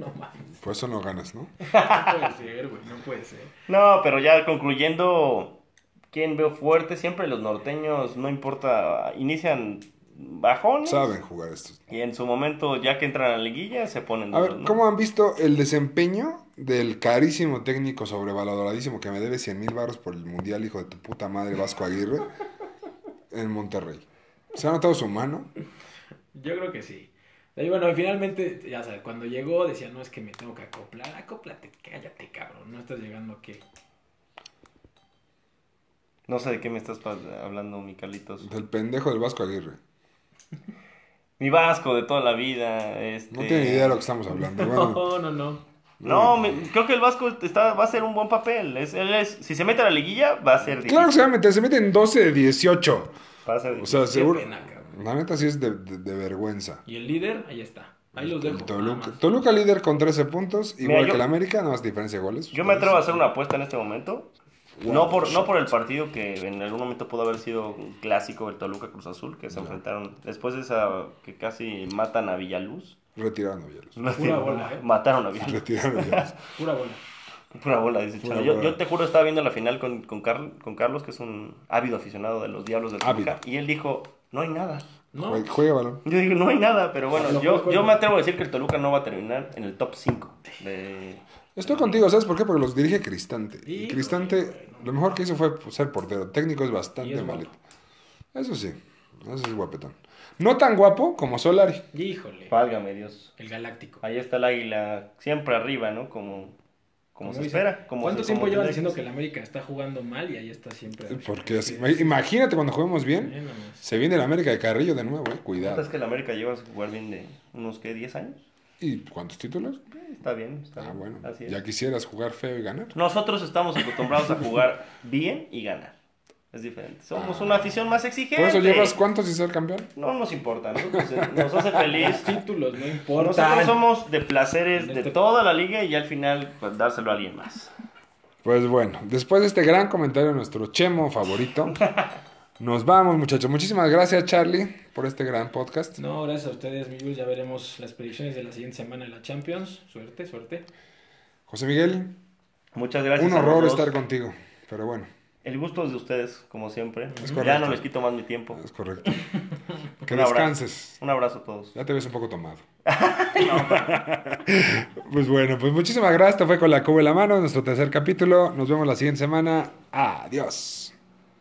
Speaker 3: no mames
Speaker 1: Por eso no ganas, ¿no?
Speaker 3: no puede ser güey no puede ser
Speaker 2: No, pero ya concluyendo, ¿quién veo fuerte? Siempre los norteños, no importa, inician bajones.
Speaker 1: Saben jugar estos.
Speaker 2: Y en su momento, ya que entran a la liguilla, se ponen.
Speaker 1: A ver,
Speaker 2: duros, ¿no?
Speaker 1: ¿cómo han visto el desempeño del carísimo técnico sobrevaloradísimo que me debe 100 mil baros por el mundial, hijo de tu puta madre, Vasco Aguirre, en Monterrey? ¿Se ha notado su mano?
Speaker 3: yo creo que sí y bueno y finalmente ya sabes cuando llegó decía no es que me tengo que acoplar acóplate cállate cabrón no estás llegando a qué
Speaker 2: No sé de qué me estás pa- hablando, mi Carlitos.
Speaker 1: Del pendejo del Vasco Aguirre.
Speaker 2: Mi vasco de toda la vida. Este...
Speaker 1: No tiene idea de lo que estamos hablando. Bueno,
Speaker 3: (laughs) no no no
Speaker 2: No, me- creo que el vasco está, va a ser un buen papel. Es, él es, si se mete a la liguilla, va a ser (laughs) difícil.
Speaker 1: claro que se va a meter, se meten 12 de 18.
Speaker 2: Va a ser
Speaker 1: O
Speaker 2: difícil.
Speaker 1: sea, seguro.
Speaker 3: pena, cabrón.
Speaker 1: La neta sí es de, de- de vergüenza.
Speaker 3: y el líder ahí está ahí los dejo
Speaker 1: El Este, Toluca,
Speaker 3: nada más.
Speaker 1: Toluca líder con 13 puntos,
Speaker 2: Mira,
Speaker 1: igual
Speaker 2: yo-
Speaker 1: que el América, nada más diferencia de goles.
Speaker 2: Yo me
Speaker 1: Ustedes.
Speaker 2: atrevo a hacer una apuesta en este momento. No por, no por el partido que en algún momento pudo haber sido un clásico del Toluca Cruz Azul, que se enfrentaron después de esa que casi matan a Villaluz.
Speaker 1: Retiraron a Villaluz.
Speaker 2: (laughs)
Speaker 3: Pura bola, ¿eh?
Speaker 2: Mataron a
Speaker 1: (laughs)
Speaker 2: Villaluz.
Speaker 1: Retiraron a Villaluz.
Speaker 3: pura bola
Speaker 2: Pura bola, dice
Speaker 1: Pura
Speaker 2: Chano. Yo,
Speaker 1: bola.
Speaker 2: yo te juro, estaba viendo la final con, con, Carl- con Carlos, que es un ávido aficionado de los Diablos del Toluca,
Speaker 1: Ávido.
Speaker 2: y él dijo, no hay nada.
Speaker 3: no
Speaker 1: Juega, juega balón.
Speaker 2: Yo digo, no hay nada, pero bueno,
Speaker 3: Lo
Speaker 2: yo,
Speaker 3: juego.
Speaker 2: yo me atrevo a decir que el Toluca no va a terminar en el top 5 de...
Speaker 1: Estoy contigo, ¿sabes por qué? Porque los dirige Cristante. Y
Speaker 3: Híjole,
Speaker 1: Cristante,
Speaker 3: güey, no.
Speaker 1: lo mejor que hizo fue ser portero. El técnico es
Speaker 3: Y
Speaker 1: bastante
Speaker 3: es guapo.
Speaker 1: malito. Eso sí, eso sí es guapetón. No tan guapo como Solari.
Speaker 3: Híjole.
Speaker 2: Válgame Dios.
Speaker 3: El Galáctico.
Speaker 2: Ahí está el águila siempre arriba, ¿no? Como, como se
Speaker 3: dicen.
Speaker 2: espera. Como
Speaker 3: ¿Cuánto
Speaker 2: se-
Speaker 3: tiempo
Speaker 2: como
Speaker 3: llevan
Speaker 2: tiene-
Speaker 3: diciendo que el América está jugando mal y ahí está siempre?
Speaker 1: Porque así-
Speaker 3: Sí, sí.
Speaker 1: imagínate cuando juguemos
Speaker 3: Eh,
Speaker 1: bien,
Speaker 3: nada más.
Speaker 1: se viene el América de Carrillo de nuevo, eh,
Speaker 2: ¿Cuánto es
Speaker 1: cuidado.
Speaker 2: que el América lleva sin jugar bien de unos, ¿qué? ¿10 años?
Speaker 1: ¿Y cuántos títulos?
Speaker 2: Está bien, está
Speaker 1: Ah,
Speaker 2: bien.
Speaker 1: bueno.
Speaker 2: Así es.
Speaker 1: Ya quisieras jugar feo y ganar.
Speaker 2: Nosotros estamos acostumbrados a
Speaker 1: (laughs)
Speaker 2: jugar bien y ganar. Es diferente. Somos una afición más exigente.
Speaker 1: Ah. Por eso llevas cuántos y ser campeón.
Speaker 2: No nos importa, nosotros nos hace
Speaker 3: (laughs)
Speaker 2: feliz.
Speaker 3: Títulos, no importa.
Speaker 2: Nosotros somos de placeres de
Speaker 3: este-
Speaker 2: toda la liga y al final pues, dárselo a alguien más.
Speaker 1: Pues bueno, después de este gran comentario de nuestro chemo
Speaker 2: (laughs)
Speaker 1: favorito, nos vamos, muchachos. Muchísimas gracias, Charlie, por este gran podcast.
Speaker 3: No, gracias a ustedes, mi Jules. Ya veremos las predicciones de la siguiente semana de la Champions. Suerte, suerte.
Speaker 1: José Miguel,
Speaker 2: Muchas gracias.
Speaker 1: un
Speaker 2: a los
Speaker 1: horror
Speaker 2: dos.
Speaker 1: estar contigo, pero bueno,
Speaker 2: El gusto es de ustedes, como siempre. Ya
Speaker 1: correcto.
Speaker 2: no les quito más mi tiempo.
Speaker 1: es
Speaker 2: (laughs)
Speaker 1: correcto. Que
Speaker 2: Un abrazo.
Speaker 1: descanses.
Speaker 2: Un abrazo a todos.
Speaker 1: Ya te ves un poco
Speaker 2: (laughs)
Speaker 1: tomado. (laughs) pues bueno, pues muchísimas gracias. Esto fue con la cuba en la mano, nuestro tercer capítulo. Nos vemos la siguiente semana. Adiós.